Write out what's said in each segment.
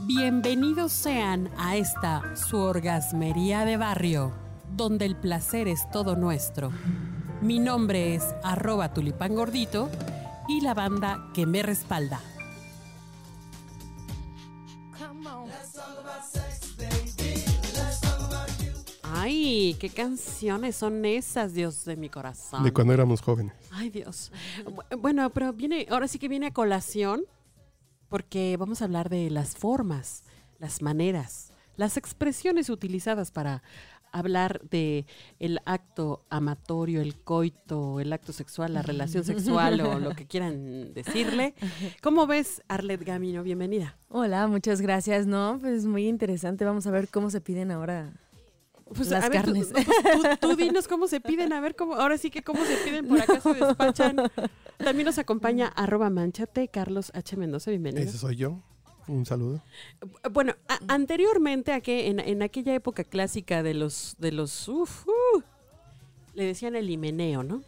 Bienvenidos sean a esta su orgasmería de barrio, donde el placer es todo nuestro. Mi nombre es arroba tulipangordito y la banda que me respalda. Ay, qué canciones son esas, Dios de mi corazón. de cuando éramos jóvenes. Ay, Dios. Bu- Bueno, pero viene, ahora sí que viene a colación, porque vamos a hablar de las formas, las maneras, las expresiones utilizadas para hablar de el acto amatorio, el coito, el acto sexual, la relación sexual o lo que quieran decirle. ¿Cómo ves, Arlet Gamino? Bienvenida. Hola, muchas gracias. No, pues muy interesante. Vamos a ver cómo se piden ahora. Pues, Las a ver, tú- carnes. pues, Tú, tú dinos cómo se piden, a ver cómo, ahora sí que cómo se piden, por acá se despachan. También nos acompaña arroba manchate, Carlos H. Mendoza, bienvenido. Ese soy yo. Un saludo. Eh, Bueno, a- anteriormente a que en, en aquella época clásica de los de los uf, uh, le decían el himeneo, ¿no?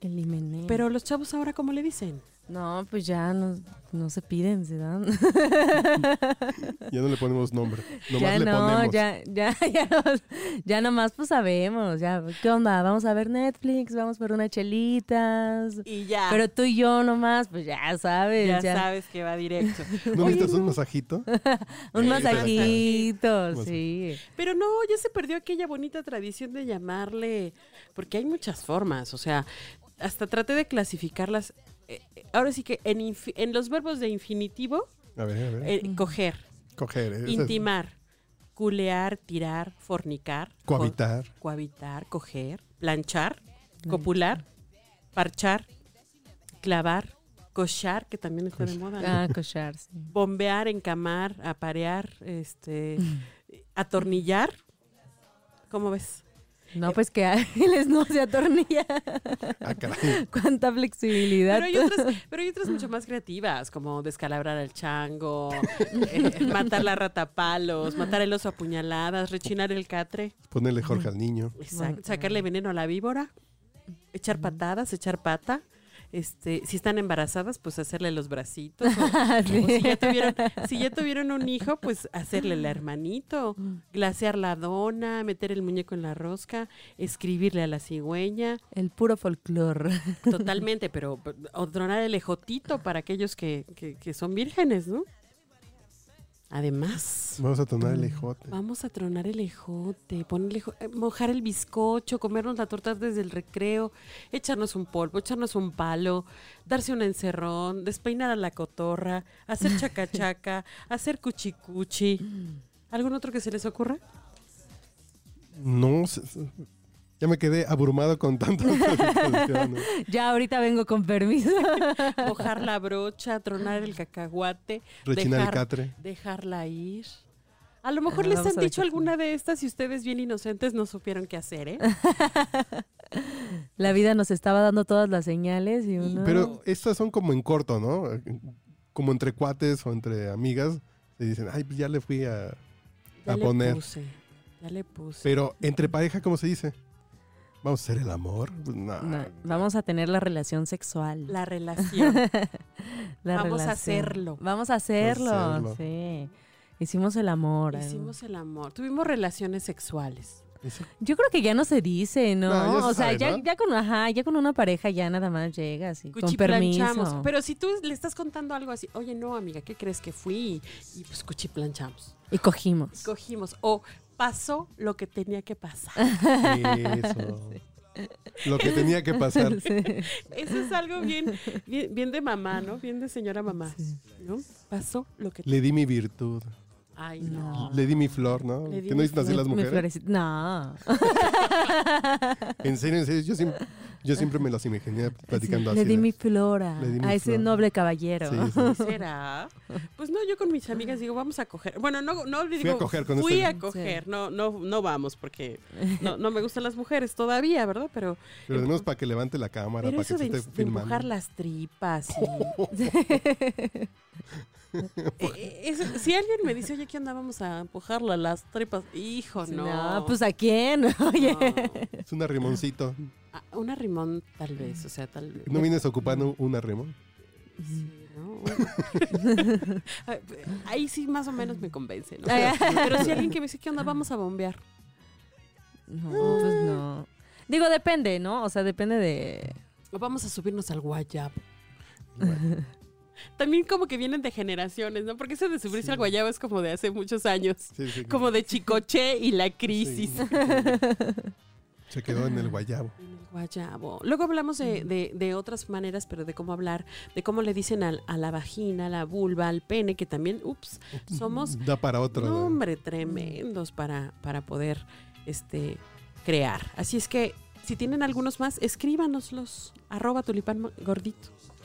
El himeneo. Pero los chavos ahora cómo le dicen? no, pues ya no, no se piden, se dan. Ya no le ponemos nombre. Nomás ya le no, ponemos. ya, ya, ya, nos- ya nomás pues sabemos. Ya, ¿qué onda? Vamos a ver Netflix, vamos por unas chelitas. Y ya. Pero tú y yo nomás, pues ya sabes. ya, Ya, sabes que va directo. ¿No Oye, necesitas no, un masajito? Eh, Un Sí, masajito, sabes. sí. Pero no, ya se perdió aquella bonita tradición de llamarle, porque hay muchas formas, o sea, hasta traté de clasificarlas. eh, eh, ahora sí que en, infi- en los verbos de infinitivo, A ver, a ver. eh, coger, Coger. ese es- intimar, culear, tirar, fornicar, co- Cohabitar. cohabitar, coger, planchar, copular, parchar, clavar, cochar, que también está de moda, ¿no? Ah, cochar, sí. bombear, encamar, aparear, este, atornillar. ¿Cómo ves? No, pues que les no se atornilla. Ah, caray. Cuánta flexibilidad. Pero hay, otras, pero hay otras mucho más creativas, como descalabrar al chango, eh, matar la rata a palos, matar el oso a puñaladas, rechinar el catre, Ponerle Jorge al niño. exacto, sacarle veneno a la víbora, echar patadas, echar pata. Este, si están embarazadas, pues hacerle los bracitos. o- O si, ya tuvieron, si ya tuvieron un hijo, pues hacerle el hermanito, glasear la dona, meter el muñeco en la rosca, escribirle a la cigüeña, El puro folclor. totalmente, pero p- o tronar el ejotito para aquellos que, que- que son vírgenes, ¿no? Además, Vamos a tomar el ejote. Ah. vamos a tronar el ejote, ponerle ejo- eh, mojar el bizcocho, comernos la torta desde el recreo, echarnos un polvo, echarnos un palo, darse un encerrón, despeinar a la cotorra, hacer chacachaca, hacer cuchicuchi. ¿Algún otro que se les ocurra? No, se- se- ya me quedé abrumado con tantas calificaciones. Ya ahorita vengo con permiso. Mojar la brocha, tronar el cacahuate, Rechinar el dejar- catre. dejarla ir. A lo mejor Ah, les vamos han a dicho dejar- alguna de estas y ustedes bien inocentes no supieron qué hacer, ¿eh? La vida nos estaba dando todas las señales y uno. Pero estas son como en corto, ¿no? Como entre cuates o entre amigas. Se dicen, ay, pues ya le fui a. Ya A le poner. puse, ya le puse. Pero entre pareja, ¿cómo se dice? ¿Vamos a hacer el amor? Pues, no. No, vamos a tener la relación sexual. La relación. La vamos a relación. hacerlo. Vamos a hacerlo. Hacerlo. Sí. Hicimos el amor. algo. Hicimos el amor. Tuvimos relaciones sexuales. Eso- Yo creo que ya no se dice, ¿no? No, ya se o sea, sabe, ya, ¿no? ya con ajá, ya con una pareja ya nada más llegas y con Cuchiplanchamos. permiso. Pero si tú le estás contando algo así, oye, no, amiga, ¿qué crees que fui? Y pues cuchiplanchamos. Y cogimos. Cogimos. O pasó lo que tenía que pasar. Eso. Lo que tenía que pasar. Eso es algo bien, bien, bien de mamá, ¿no? Bien de señora mamá. ¿No? Pasó lo que. Le di mi virtud. Ay, no. Le di mi flor, ¿no? Ah. Le di Que mi no dicen así Mi- las mi mujeres. florecita- No. En serio, en serio. Yo siempre, yo siempre me las imaginé platicando así. Le di de- mi flora Le di mi a ese flora. noble caballero. Sí, sí. ¿Será? Pues no, yo con mis amigas digo, vamos a coger. Bueno, no, no digo. a coger con fui este- a coger. No, no, no vamos, porque no, no me gustan las mujeres todavía, ¿verdad? Pero, Pero tenemos para que levante la cámara, pero para eso que se de, esté de empujar filmando. las tripas. y- Eh, eh, eso- si alguien me dice, oye, ¿qué onda? Vamos a empujarla las tripas. Hijo, no. No, pues a quién, oye. no. Es un arrimoncito. Ah, Una rimón, tal vez, o sea, tal vez. ¿No vienes ocupando un arrimón? Sí, ¿no? Ahí sí más o menos me convence, ¿no? Pero, pero si alguien que me dice, ¿qué onda? Vamos a bombear. No, pues no. Digo, depende, ¿no? O sea, depende de. O vamos a subirnos al guayabo. También como que vienen de generaciones, ¿no? Porque eso de subirse Sí. al guayabo es como de hace muchos años. Sí, sí, Como de Chicoche y la sí, crisis. sí, sí. Se quedó en el guayabo. Guayabo. Luego hablamos de, de- de otras maneras, pero de cómo hablar, de cómo le dicen al- a, la vagina, a la vulva, al pene, que también, ups, somos Da para otro. no, ¿no? hombre tremendos para, para poder este, crear. Así es que si tienen algunos más, escríbanoslos. Arroba tulipán gordito.